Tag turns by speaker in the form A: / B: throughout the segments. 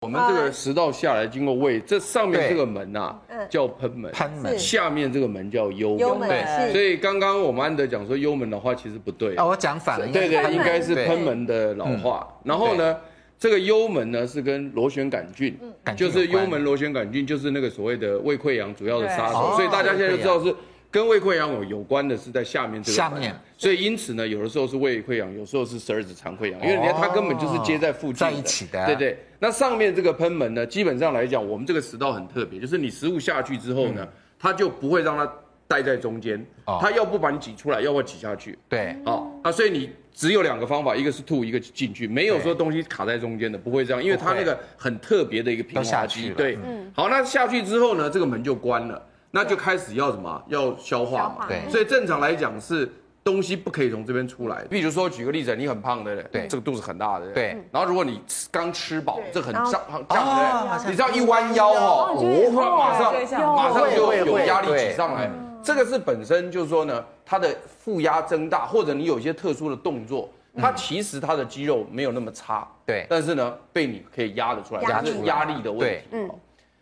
A: 我们这个食道下来经过胃，这上面这个门呐、
B: 呃嗯
A: 叫喷门，
C: 喷门
B: 是
A: 下面这个门叫幽
B: 幽
A: 门。
B: 门
C: 对
B: 是
A: 所以刚刚我们安德讲说幽门的话其实不对，
C: 啊，我讲反了，应该
A: 对
C: 是
A: 对，
C: 喷
A: 应该是
C: 对嗯
A: 喷门的老化。然后呢，这个幽门呢是跟螺旋杆菌，
C: 感觉
A: 就
C: 有
A: 是
C: 关
A: 幽门螺旋杆菌，就是那个所谓的胃溃疡主要的杀手，
C: 对
A: 所以大家现在就知道
C: 哦
A: 是跟胃溃疡有有关的是在下面这个
C: 下
A: 板
C: 面，
A: 所以因此呢，有的时候是胃溃疡，有时候是十二指肠溃疡，因为人家它根本就是接在附近
C: 哦在一起的
A: 对对。那上面这个喷门呢，基本上来讲，我们这个食道很特别，就是你食物下去之后呢，它就不会让它待在中间，
C: 嗯哦
A: 它要不把你挤出来，要不挤下去。
C: 对
A: 哦，啊，所以你只有两个方法，一个是吐，一个进去，没有说东西卡在中间的，不会这样，因为它那个很特别的一个平
C: 都下
A: 滑
C: 去
A: 肌
C: 了，
A: 对，好，那下去之后呢，这个门就关了，那就开始要什么？啊要消化嘛，
C: 对
A: 所以正常来讲是。东西不可以从这边出来。比如说，举个例子，啊你很胖的人，
C: 对
A: 这个肚子很大的人，
C: 对。
A: 然后如果你吃刚吃饱，这很
B: 然后
A: 胀很胀的人，你知道一弯腰哦，
B: 就会
A: 哇马上
D: 对这样
A: 马上就
C: 会
A: 有
C: 会
A: 压力
C: 对
A: 挤上来。这个是本身就是说呢，它的负压增大，或者你有一些特殊的动作，它其实它的肌肉没有那么差，
C: 对
A: 但是呢，被你可以压得出来，
B: 压
A: 这是
B: 出来
A: 压力的问
C: 对
A: 题。嗯。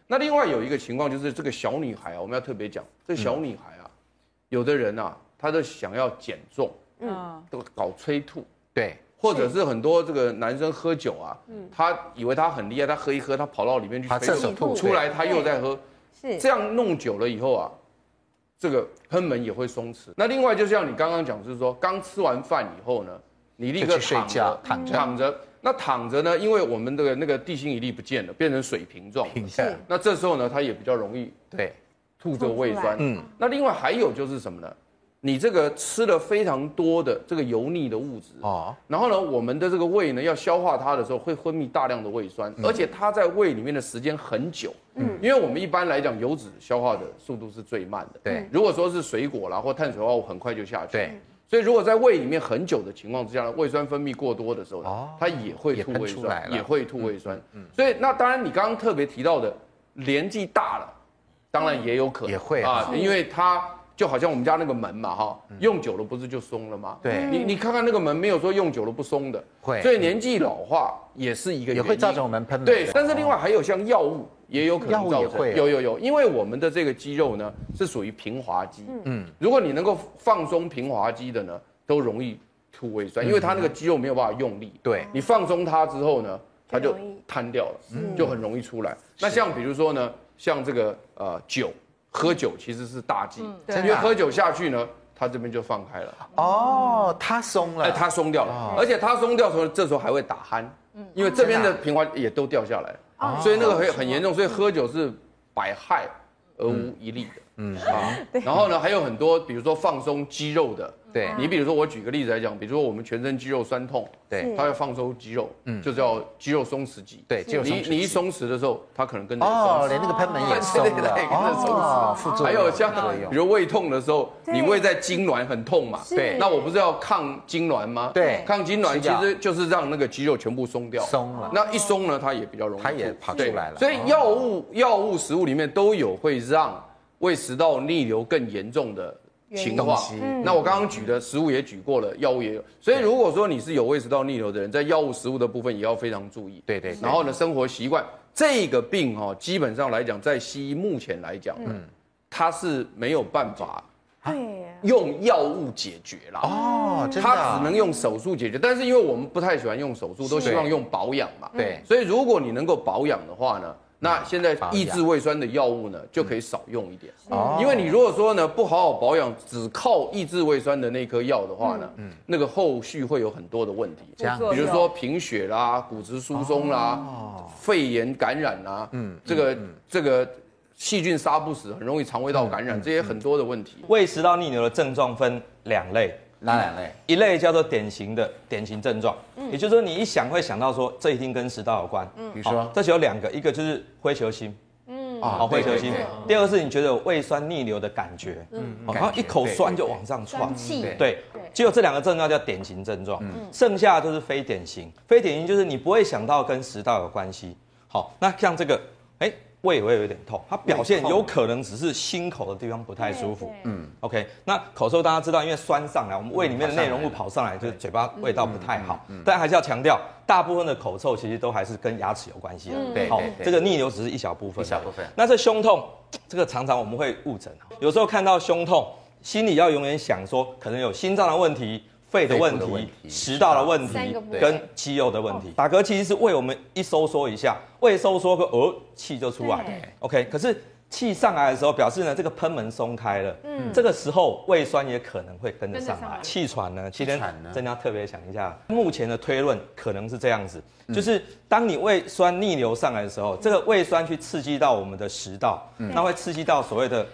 A: 那另外有一个情况就是这个小女孩啊，我们要特别讲，这小女孩啊，有的人啊，她都想要减重，
D: 嗯，
A: 都搞催吐，
C: 对
A: 或者是很多这个男生喝酒啊，他以为他很厉害，他喝一喝，他跑到里面去
C: 他
A: 催
C: 厕所吐
A: 出来他又在喝，
B: 是
A: 这样弄久了以后啊，这个喷门也会松弛。那另外就像你刚刚讲，就是说刚吃完饭以后呢，你立刻
C: 就去睡
A: 躺
C: 觉
A: 着嗯
C: 躺着
A: 躺着，那躺着呢，因为我们这个那个地心引力不见了，变成水平状，
C: 停下
B: 是
A: 那这时候呢，它也比较容易
C: 对
A: 吐这个胃
B: 吐出
A: 酸
B: 来。
A: 嗯，那另外还有就是什么呢？你这个吃了非常多的这个油腻的物质
C: 哦
A: 然后呢，我们的这个胃呢，要消化它的时候会分泌大量的胃酸，
C: 嗯
A: 而且它在胃里面的时间很久。嗯，因为我们一般来讲，油脂消化的速度是最慢的。
C: 对
A: 如果说是水果啦或碳水化合物，很快就下去。
C: 对，
A: 所以如果在胃里面很久的情况之下呢，胃酸分泌过多的时候呢，
C: 哦
A: 它也会吐
C: 也
A: 胃
C: 喷出来
A: 酸，
C: 了嗯
A: 也会吐胃酸。所以那当然，你刚刚特别提到的，年纪大了，当然也有可能
C: 也会嗯
A: 啊，因为它就好像我们家那个门嘛，哈，用久了不是就松了吗？
C: 对
A: 你你看看那个门，没有说用久了不松的，
C: 会
A: 嗯所以年纪老化也是一个
C: 也
A: 原因
C: 会造成我们喷门
A: 对
C: 的，
A: 但是另外还有像药物也有可
C: 药
A: 能
C: 物
A: 造
C: 也
A: 成，
C: 会啊
A: 有有有，因为我们的这个肌肉呢是属于平滑肌，嗯，如果你能够放松平滑肌的呢，都容易吐胃
C: 嗯
A: 酸，因为它那个肌肉没有办法用力，
C: 对
A: 你放松它之后呢，它就
B: 就容易
A: 瘫掉了，
C: 嗯
A: 就很容易出来。那像比如说呢，像这个呃酒，喝酒其实是大忌，
B: 嗯
C: 对
A: 因为喝酒下去呢，它这边就放开了。
C: 哦，它松
A: 哎，
C: 了，
A: 它松掉了，
C: 哦
A: 而且它松掉的时候，这时候还会打鼾，
C: 嗯
A: 因为这边
C: 啊
A: 的平滑也都掉下来
C: 哦
A: 了，所以那个很很严重，所以喝酒是百害而无一利的，嗯啊，然后呢还有很多，比如说放松肌肉的，
C: 对
A: 你比如说我举个例子来讲，比如说我们全身肌肉酸痛，
C: 对
A: 它要放松肌肉，嗯，就叫肌肉松弛剂，
C: 嗯对肌肉松弛
A: 你
C: 剂
A: 你一松弛的时候，它可能跟着也松
C: 哦，
A: 弛。
C: 连那个喷门也松
A: 对对
C: 了，
A: 对跟着松
C: 哦，副作用
A: 还有像
C: 副作
A: 比
C: 用
A: 如胃痛的时候，
B: 对
A: 你胃在痉挛很痛嘛，
C: 对
A: 那我不是要抗痉挛吗？
C: 对
A: 抗痉挛
C: 吃
A: 其
C: 药
A: 实就是让那个肌肉全部松掉，
C: 松了
A: 那一松呢，它也比较容易吐，
C: 它也跑出
A: 对
C: 来了哦
A: 所以药物、药物、食物里面都有会让胃食道逆流更严重的。情
C: 东
A: 况嗯
C: 西，
E: 嗯
A: 那我刚刚举的食物也举过了，药物也有，所以如果说你是有胃食道逆流的人，在药物食物的部分也要非常注意。
C: 对对对
A: 然后呢，生活习惯这个病哦，基本上来讲，在西医目前来讲，嗯，它是没有办法
B: 对，
A: 用药物解决啦。
C: 哦，真的
A: 它
C: 啊
A: 只能用手术解决，但是因为我们不太喜欢用手术，都希望用保养嘛。
C: 对
A: 所以如果你能够保养的话呢，那现在抑制胃酸的药物呢，就可以少用一点。
C: 哦
A: 嗯因为你如果说呢不好好保养，只靠抑制胃酸的那颗药的话呢，那个后续会有很多的问题。
C: 这样
D: 副作
A: 比
D: 用
A: 如说贫血啦、骨质疏松啦、肺炎感染啦，嗯，这个这个细菌杀不死，很容易肠胃道感染，这些很多的问题。
E: 胃食道逆流的症状分两类，
C: 哦哪两类？
E: 一类叫做典型的典型症状，也就是说你一想会想到说这一定跟食道有关。嗯，
C: 比如
A: 哦
C: 说
E: 这就有两个，一个就是灰球心，
C: 啊
E: 哦，灰球心
C: 对对；
E: 第二个是你觉得有胃酸逆流的感觉，嗯，然后一口酸就往上窜
B: 酸。气
C: 对嗯
E: 对，只有这两个症状叫典型症状，剩下就是非典型。非典型就是你不会想到跟食道有关系。好，那像这个，哎，胃会有一点痛，它表现
C: 胃痛
E: 有可能只是心口的地方不太舒服。
B: 嗯，
C: 嗯，
E: OK，那口臭大家知道，因为酸上来，我们胃里面的内容物
C: 跑
E: 跑上来，就是嘴
C: 嗯
E: 巴味道不太好。但还是要强调，大部分的口臭其实都还是跟牙齿有关系的。啊
C: 对
E: 好
C: 对，对
E: 这个逆流只是一小部分，啊
C: 一小部分
E: 那这胸痛，这个常常我们会误诊，啊有时候看到胸痛，心里要永远想说，可能有心脏的问题。肺的问
C: 肺部的问
E: 题、
C: 题
E: 食道的问题
B: 三个部哦位
E: 跟肌肉的问题，打嗝其实是胃我们一收缩一下，胃收缩个哦气就出来
B: 对。
E: OK，可是气上来的时候，表示呢这个喷门松开了，
B: 嗯
E: 嗯，这个时候胃酸也可能会跟着上
B: 跟着上
E: 来
B: 来。
E: 气喘呢，其实
C: 气喘呢
E: 真的要特别想一下，目前的推论可能是这样子，就是当你胃酸逆流上来的时候，这个胃酸去刺激到我们的食道，那会刺激到所谓的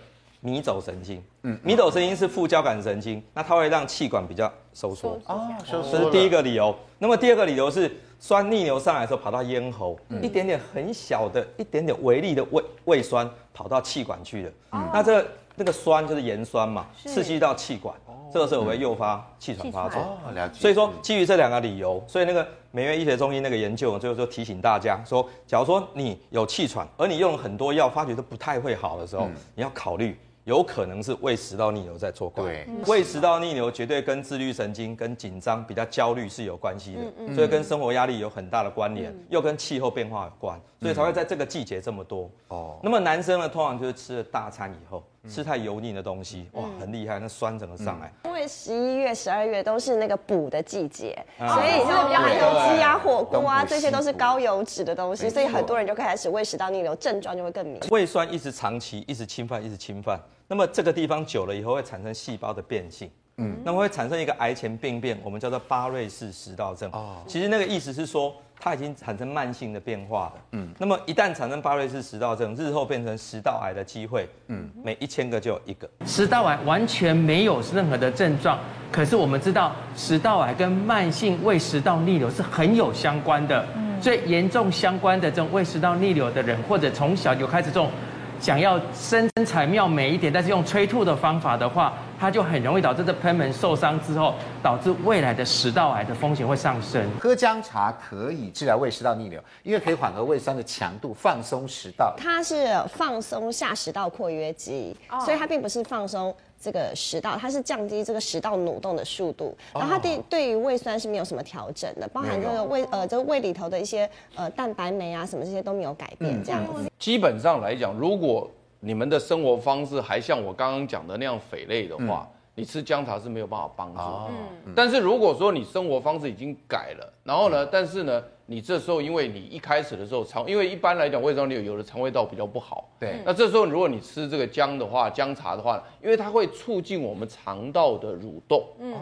E: 迷走神经。嗯，迷走神经是副交感神经，那它会让气管比较收缩。
C: 哦，收
E: 这
C: 缩
E: 是
C: 了
E: 第一，个理由。那么第二个理由是酸逆流上来的时候跑到咽喉，一点点很小的、一点点微粒的胃胃酸跑到气管去了。那这那个酸就是盐酸嘛，
B: 是
E: 刺激到气管，这个时候会诱发气喘发
B: 气喘
E: 作。
C: 哦，了解。
E: 所以说，基于这两个理由，所以那个美院医学中心那个研究，最后就提醒大家说，假如说你有气喘，而你用了很多药，发觉都不太会好的时候，你要考虑。有可能是胃食道逆流在作怪。
C: 对嗯
E: 胃食道逆流绝对跟自律神经、跟紧张、比较焦虑是有关系的，所以跟生活压力有很大的关联，又跟气候变化有关，所以才会在这个季节这么多。
C: 哦
E: 哦，那么男生呢，通常就是吃了大餐以后，吃太油腻的东西，哇，很厉害，那酸整个上来。
D: 因为十一月、十二月都是那个补的季节，
E: 啊
D: 所以就是比较含油鸡啊、火锅啊，
C: 对
D: 这些都是高油脂的东西，
C: 没错
D: 所以很多人就开始胃食道逆流症状就会更明显。
E: 胃酸一直长期一直侵犯，一直侵犯，那么这个地方久了以后会产生细胞的变性。嗯，那么会产生一个癌前病变，我们叫做巴瑞氏食道症。哦，其实那个意思是说，它已经产生慢性的变化了。嗯，那么一旦产生巴瑞氏食道症，日后变成食道癌的机会，嗯，每一千个就有一个。
F: 食道癌完全没有任何的症状，可是我们知道食道癌跟慢性胃食道逆流是很有相关的，所以严重相关的这种胃食道逆流的人，或者从小就开始这种想要身材妙美一点，但是用催吐的方法的话，它就很容易导致这喷门受伤之后，导致未来的食道癌的风险会上升。
C: 喝姜茶可以治疗胃食道逆流，因为可以缓和胃酸的强度，放松食道。
D: 它是放松下食道括约肌，所以它并不是放松这个食道，它是降低这个食道蠕动的速度。然后它对对于胃酸是没有什么调整的，包含这个胃呃这个胃里头的一些呃蛋白酶啊什么这些都没有改变，这样子。
A: 基本上来讲，如果你们的生活方式还像我刚刚讲的那样匪类的话，你吃姜茶是没有办法帮助的。但是如果说你生活方式已经改了，然后呢，但是呢，你这时候因为你一开始的时候肠，因为一般来讲胃肠瘤有的肠胃道比较不好，
C: 对
A: 那这时候如果你吃这个姜的话，姜茶的话，因为它会促进我们肠道的蠕动，嗯，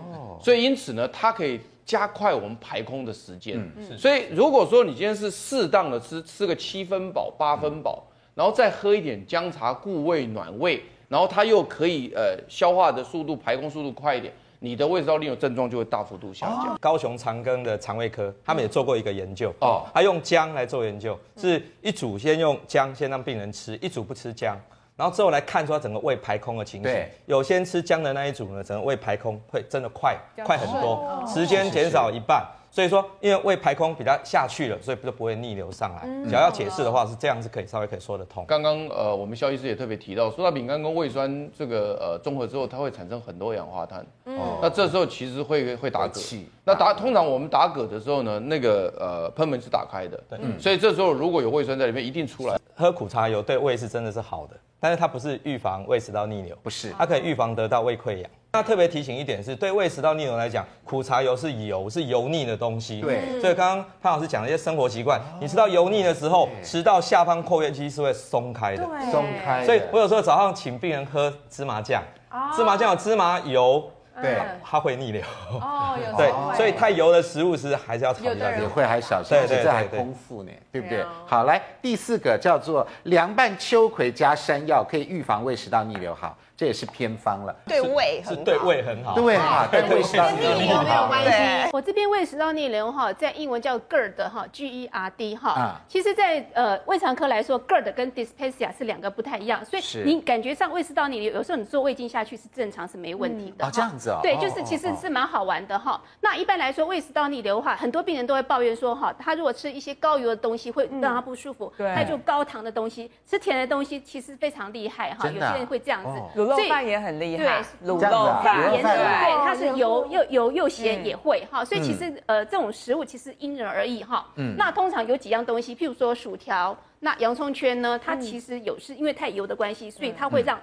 A: 所以因此呢，它可以加快我们排空的时间。所以如果说你今天是适当的吃，吃个七分饱、八分饱，然后再喝一点姜茶固胃暖胃，然后它又可以呃消化的速度、排空速度快一点，你的胃食道逆流症状就会大幅度下降。
E: 高雄长庚的肠胃科，他们也做过一个研究
A: 哦
E: 哦，他用姜来做研究，是一组先用姜先让病人吃，一组不吃姜，然后之后来看出他整个胃排空的情形
C: 对。
E: 有先吃姜的那一组呢，整个胃排空会真的快快很
C: 哦
E: 多，时间减少一半。所以说，因为胃排空比较下去了，所以就不会逆流上来。只要要解释的话，是这样是可以稍微可以说得通。
A: 刚刚呃，我们肖医师也特别提到，说到饼干跟胃酸这个呃综合之后，它会产生很多二氧化碳。
B: 嗯
A: 哦，那这时候其实会会打
C: 会
A: 嗝
C: 气。
A: 那打通常我们打嗝的时候呢，那个呃喷门是打开的，所以这时候如果有胃酸在里面，一定出来。
E: 喝苦茶油对胃是真的是好的，但是它不是预防胃食道逆流，
C: 不是
E: 它可以预防得到胃溃疡。那特别提醒一点是，对胃食道逆流来讲，苦茶油是油，是油腻的东西。
C: 对
B: 嗯
E: 所以刚刚潘老师讲了一些生活习
B: 哦
E: 惯，你吃到油腻的时候，食道下方括约肌是会松开的。
C: 松开的。
E: 所以我有时候早上请病人喝芝麻酱，
B: 哦
E: 芝麻酱有芝麻油，
C: 对
B: 嗯
E: 它会逆流。
B: 哦，有
E: 对
B: 时候，会
E: 所以太油的食物是还是要考虑
B: 有
E: 到
B: 的人
E: 这
C: 也
E: 个。
C: 会还小心，
E: 对
C: 而且
E: 对
C: 这还
E: 对对
C: 空腹呢，对不对
B: 对啊？
C: 好，来第四个叫做凉拌秋葵加山药，可以预防胃食道逆流。好，这也是偏方了。
D: 对胃
E: 是
D: 很好
E: 哦对胃很好。
C: 对啊，跟胃食道
B: 跟
C: 逆
B: 逆
C: 流
B: 流没有关系
D: 对。
B: 我这边胃食道逆流哈，在英文叫 GERD 哈，G E R D 哈
C: 啊。
B: 其实在，呃胃肠科来说，GERD 跟 dyspepsia 是两个不太一样，所以
C: 是
B: 你感觉上胃食道逆流，有时候你做胃镜下去是正常是没问题的
C: 嗯
B: 哈。
C: 哦这样子哦
B: 对，
C: 哦
B: 就是
C: 哦
B: 其实
C: 哦
B: 是蛮好玩的哈。那一般来说，胃食道逆流的话，很多病人都会抱怨说哈，他如果吃一些高油的东西会让他不舒服，
G: 嗯对
B: 他就高糖的东西，吃甜的东西其实非常厉害哈。
C: 真
B: 有
C: 的
B: 些
C: 啊
B: 人会这样子
C: 哦，
G: 卤肉
B: 所以
G: 饭也很厉害，
B: 对
G: 卤
C: 这样
G: 肉
C: 子啊
G: 饭
C: 卤
B: 盐对
C: 肉饭，
G: 对
B: 它是油又油又咸
G: 嗯
B: 也会哈，所以其实呃这种食物其实因人而异哈。
C: 嗯
B: 那通常有几样东西，譬如说薯条，那洋葱圈呢，
G: 嗯
B: 它其实有是因为太油的关系，所
C: 嗯
B: 以它会让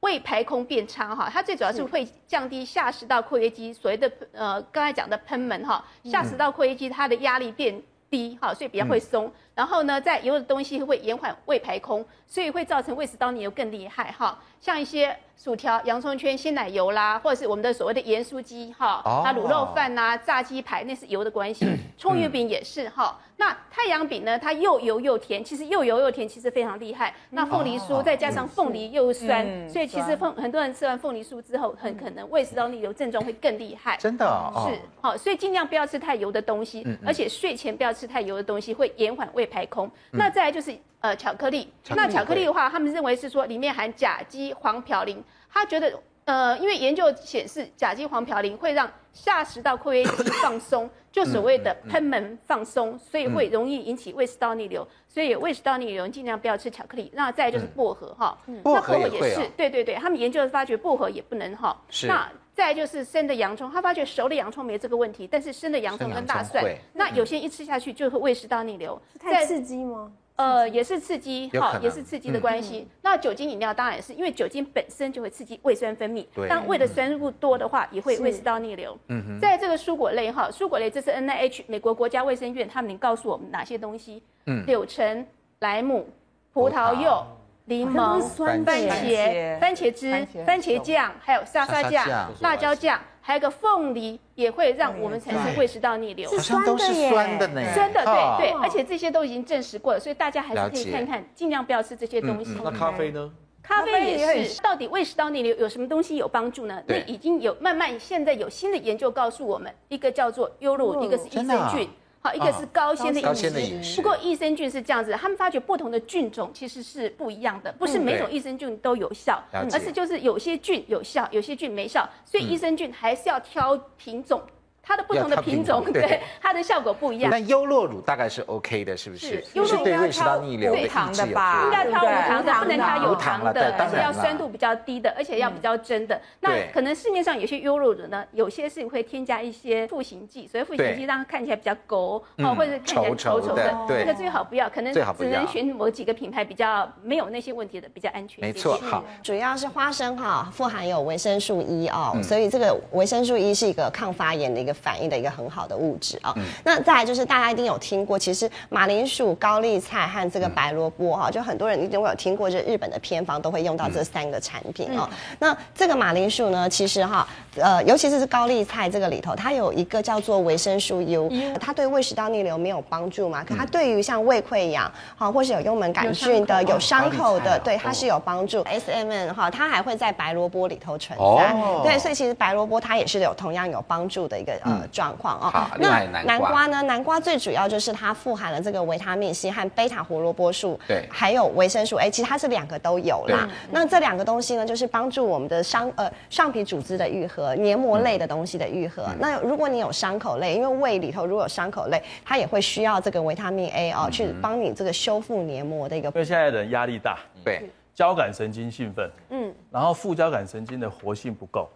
B: 胃排空变差哈。它最主要是会降低下食道括约肌所谓的呃刚才讲的喷门哈，下食道括约肌它的压力变。低哈，所以比较会松。然后呢，在油的东西会延缓胃排空，所以会造成胃食道逆流更厉害哈。像一些薯条、洋葱圈、鲜奶油啦，或者是我们的所谓的盐酥鸡哈，
C: 哦
B: 啊卤肉饭呐、炸鸡排，那是油的关系。葱油饼也是哈。那太阳饼呢，它又油又甜，其实又油又甜其实非常厉害。那凤梨酥再加上凤梨又酸，
G: 嗯
B: 所以其实凤很多人吃完凤梨酥之后，很可能胃食道逆流症状会更厉害。
C: 真的哦哦嗯
B: 是，好，所以尽量不要吃太油的东西，而且睡前不要吃太油的东西，会延缓胃排空。那再来就是呃巧克力，
C: 嗯巧克力
B: 那巧克力的话，他们认为是说里面含甲基黄嘌呤，他觉得呃，因为研究显示甲基黄嘌呤会让下食道括约 肌放松。就所谓
C: 嗯
B: 的喷门放松，所以会容易引起胃食道逆流，所以胃食道逆流尽量不要吃巧克力。那再来就是
C: 嗯
B: 薄荷哈，嗯那
C: 薄荷也会
B: 也是
C: 哦，
B: 对对对，他们研究发觉薄荷也不能哈。
C: 是
B: 那再来就是生的洋葱，他发觉熟的洋葱没这个问题，但是生的洋葱跟大
C: 生洋葱
B: 蒜
C: 会，嗯
B: 那有些人一吃下去就会胃食道逆流。
H: 太
B: 在
H: 刺激嗯吗？
B: 呃，也是刺激，
C: 有可能嗯
B: 也是刺激的关系。那酒精饮料当然是因为酒精本身就会刺激胃酸分泌
C: 对，嗯
B: 当胃的酸入多的话，也会
H: 是
B: 胃食道逆流。嗯在这个蔬果类哈，蔬果类这是 N I H 美国国家卫生院他们告诉我们哪些东西？
C: 嗯
B: 柳橙、莱姆、葡萄
C: 葡
B: 柚、柠
H: 它
B: 檬
H: 都是、酸的
B: 番
H: 耶，
B: 茄、番茄
G: 番
B: 汁
G: 茄、
B: 番茄酱，还有沙
C: 沙
B: 沙
C: 酱
B: 酱、辣椒酱，还有一个凤梨，也会让我们产生胃食道逆流
H: 是。
C: 好像都是酸的呢，
B: 真的，
C: 哦
B: 对对，而且这些都已经证实过了，所以大家还是可
C: 了解
B: 以看看，尽量不要吃这些
C: 嗯
B: 东西。
E: 那咖啡呢？
B: 咖
G: 咖
B: 啡
G: 啡也
B: 也是，到底胃食道逆流有什么东西有帮助呢？那
C: 对
B: 已经有慢慢现在有新的研究告诉我们，一个叫做优酪，
H: 哦
B: 一个是益
C: 真的
B: 生
C: 啊
B: 菌。好，一个是高纤的
C: 高
B: 饮
C: 纤的饮
B: 食，
C: 食
B: 不过益生菌是这样子，他们发觉不同的菌种其实是不一样的，不是每种
C: 对
B: 益生菌都有效，
C: 了解嗯
B: 而是就是有些菌有效，有些菌没效，所以益生菌还是要挑品种，它的不同
C: 要
B: 的
C: 挑
B: 品
C: 品种
B: 种，
C: 对
B: 对它的效果不一样。
C: 但优酪乳大概是 OK 的，是不是？
B: 是优酪乳
C: 是对胃食道逆流的
B: 最
C: 抑
G: 糖
C: 制
G: 的
C: 有
G: 吧
B: 应
C: 作
B: 该
C: 用
B: 挑无糖的，不能挑有
C: 无糖
B: 糖
C: 了对
B: 的，但
C: 当
B: 是
C: 然
B: 要
C: 啦
B: 酸度比较低的，而且要比较真的。那
C: 对
B: 可能市面上有些优酪乳呢，有些是会添加一些复形剂，所以复
C: 对
B: 形剂让它看起来比较勾
C: 嗯
B: 哦，或者是看起来
C: 稠
B: 稠
C: 稠
B: 稠
C: 的
B: 的，
C: 对
B: 这个最好不要，可能
C: 最好不
B: 只
C: 要
B: 能选某几个品牌比较没有那些问题的，比较安全一
C: 没
B: 点。
C: 错，好，
D: 主要是花生哈富含有维生素 E 哦，
C: 嗯
D: 所以这个维生素 E 是一个抗发炎的一个反应的一个很好的物质
C: 嗯
D: 哦。那再来就是大家一定有听过，其实马铃薯、高丽菜和这个白萝卜
C: 嗯
D: 哈，就很多人一定会有听过，就是日本的偏方都会用到这三个产品哦。
C: 嗯
D: 那这个马铃薯呢，其实哈，呃，尤其是高丽菜这个里头，它有一个叫做维生素 U，它
C: 嗯
D: 对胃食道逆流没有帮助嘛，可它对于像胃溃疡哈，或是有幽门杆菌的、有伤口
C: 高丽菜
D: 的
C: 哦，
D: 对它是有帮助。S M N 哈，它还会在白萝卜里头存在
C: 哦，
D: 对，所以其实白萝卜它也是有同样有帮助的一个呃状况哦
C: 嗯好。另外南瓜
D: 南瓜呢？南瓜最主要就是它富含了这个维他命 C 和贝塔胡萝卜素，
C: 对
D: 还有维生素 A，其实它是两个都有啦。那这两个东西呢，就是帮助我们的伤呃上皮组织的愈合，黏膜类的东西的愈
C: 嗯
D: 合。那如果你有伤口类，因为胃里头如果有伤口类，它也会需要这个维他命 A
C: 嗯
D: 哦，去帮你这个修复黏膜的一个
I: 因为现在的人压力大，
C: 对，
I: 交感神经兴奋，嗯，然后副交感神经的活性不够，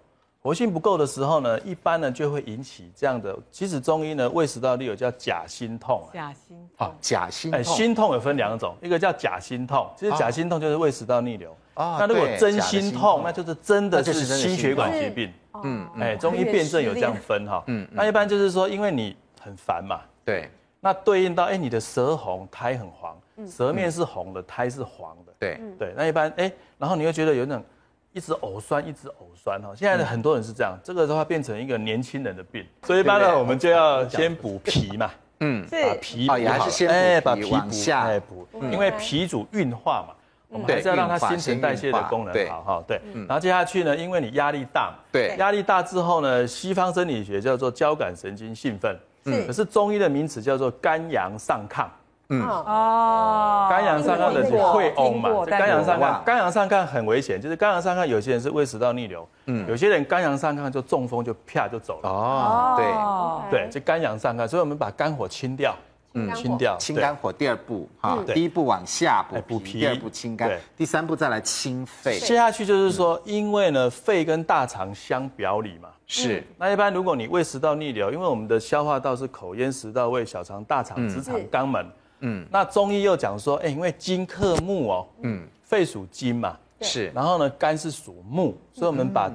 I: 活性不够的时候呢，一般呢就会引起这样的，其实中医呢胃食道逆流叫假心痛，啊
G: 假心
C: 哦，假心
I: 哎，
C: 痛，
I: 心痛有分两种，一个叫假心痛，其实假心痛就是胃食道逆流。
C: 哦
I: 那如果
C: 对
I: 真
C: 假的
I: 心
C: 心
I: 痛
C: 痛，
I: 那就是真的
C: 那就是
I: 是
C: 真的心
I: 心血管
C: 痛
I: 疾病。
C: 嗯，嗯
I: 哎，中医辩证有这样分哈。嗯，那一般就是说，因为你很烦嘛，
C: 对
I: 那对应到哎你的舌红苔很黄，舌面是红的，苔是黄的。
C: 嗯对，
I: 对，那一般哎，然后你会觉得有那种一直呕酸，一直呕酸哈。现在的很多人是这样，这个的话变成一个年轻人的病，所以一般
C: 对不
I: 呢，
C: 对
I: 我们就要先补脾嘛，
C: 嗯，
I: 哎把脾
C: 哦也
I: 补
C: 还
I: 好
C: 是先补
I: 哎
C: 脾往下
I: 哎补，因为脾主运化嘛。我们还是要让它新陈代谢的功能好哈。对，嗯然后接下去呢，因为你压力大，
B: 对
I: 压力大之后呢，西方生理学叫做交感神经兴奋，
B: 是
I: 可是中医的名词叫做肝阳上亢。
G: 哦，
I: 肝阳上亢的
G: 听过
I: 会呕嘛
G: 听过？
I: 这肝阳上
C: 但
I: 亢，肝阳上亢很危险，就是肝阳上亢，有些人是胃食道逆流，嗯，有些人肝阳上亢就中风就啪就走了，
C: 哦，对，
G: 哦
I: 对，这肝阳上亢，所以我们把肝火清掉，嗯，清掉，
C: 清
I: 对
C: 肝火第二步哈，
I: 对
C: 第一步往下
I: 哎
C: 补
I: 补
C: 脾，
I: 脾
C: 第二步清肝
I: 对，
C: 第三步再来清肺，
I: 接下去就是说，因为呢，肺跟大肠相表里嘛，
C: 是
I: 那一般如果你胃食道逆流，因为我们的消化道是口咽、食道、胃、小肠、大肠、直肠、肛门，嗯，那中医又讲说，哎，因为金克木哦，嗯，肺属金嘛，
C: 是
I: 然后呢，肝是属木，
G: 嗯
I: 所以我们把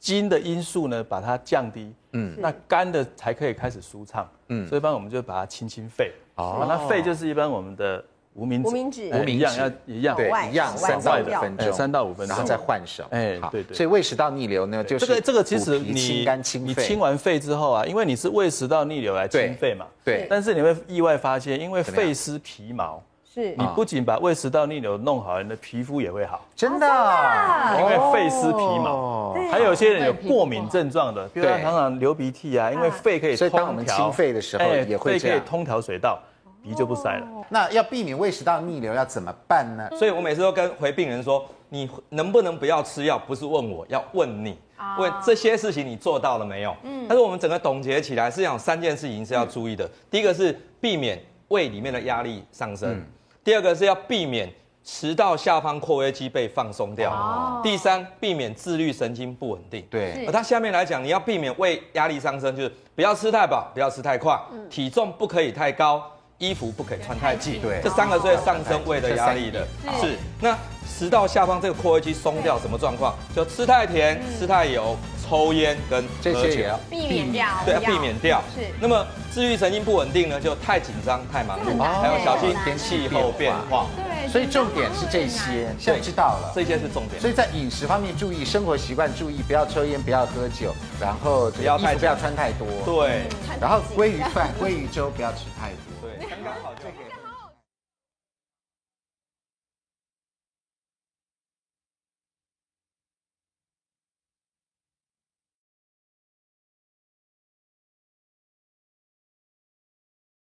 I: 金的因素呢把它降低，嗯，那肝的才可以开始舒畅，嗯，所以一般我们就把它清清肺，哦，那肺就是一般我们的无名指，
G: 无名指
I: 哎
G: 无
C: 名
I: 一样
C: 指
I: 要一样，
C: 对
G: 外，
C: 一样三
G: 外
C: 到五
G: 外
C: 分
I: 哎
C: 钟，
I: 三到五分
C: 然
I: 钟
C: 后再换手，
I: 哎
C: 好
I: 对对
C: 所以胃食道逆流呢，就是
I: 这个这个其实
C: 补脾
I: 你
C: 清肝清
I: 你
C: 肺，
I: 清完肺之后啊，因为你是胃食道逆流来清肺嘛，
C: 对
I: 但是你会意外发现，因为
C: 么样
I: 肺湿皮毛，
G: 是
I: 你不仅把胃食道逆流弄好，你的皮肤也会好，
C: 真的啊
I: 因为肺湿皮毛。
C: 哦，
I: 还有些人有过敏症状的，比如他
C: 对
I: 常常流鼻涕啊，因为肺可以
C: 所
I: 通
C: 以
I: 调。
C: 当我们清肺的时候
I: 哎
C: 也会这
I: 肺可
C: 样
I: 以通调水道，鼻就不塞了。
C: 那要避免胃食道逆流要怎么办呢？
E: 所以我每次都跟回病人说，你能不能不要吃药？不是问我，要问你，问这些事情你做到了没有？嗯，但是我们整个总结起来是讲三件事情是要注意的，第一个是避免胃里面的压力上升，第二个是要避免。食道下方括约肌被放松掉，第三，避免自律神经不稳定。
C: 对
E: 而它下面来讲，你要避免胃压力上升，就是不要吃太饱，不要吃太快，体重不可以太高，衣服不可以穿太紧。
C: 对哦
E: 这三个是会上升胃的压力的。是，那食道下方这个括约肌松掉什么状况？就吃太甜、吃太油、抽烟跟
C: 这
E: 喝
C: 些
E: 酒
C: 也要。
B: 避免掉，
E: 对，要
B: 不要
E: 避免掉。
B: 是
E: 那么自律神经不稳定呢，就太紧张、太忙碌，还要小心
C: 天气
E: 气候变
C: 变
B: 哦
E: 化。
B: 对，
C: 所以重点是这些，现在知道了。
E: 这些是重点。
C: 所以在饮食方面注意，生活习惯注意，不要抽烟，不要喝酒，然后这
E: 不
C: 个
E: 要
C: 衣
E: 太
C: 服不要穿太多，
E: 对
C: 然后鲑鱼饭、鲑鱼粥不要吃太多。
E: 嗯对，刚刚好就好。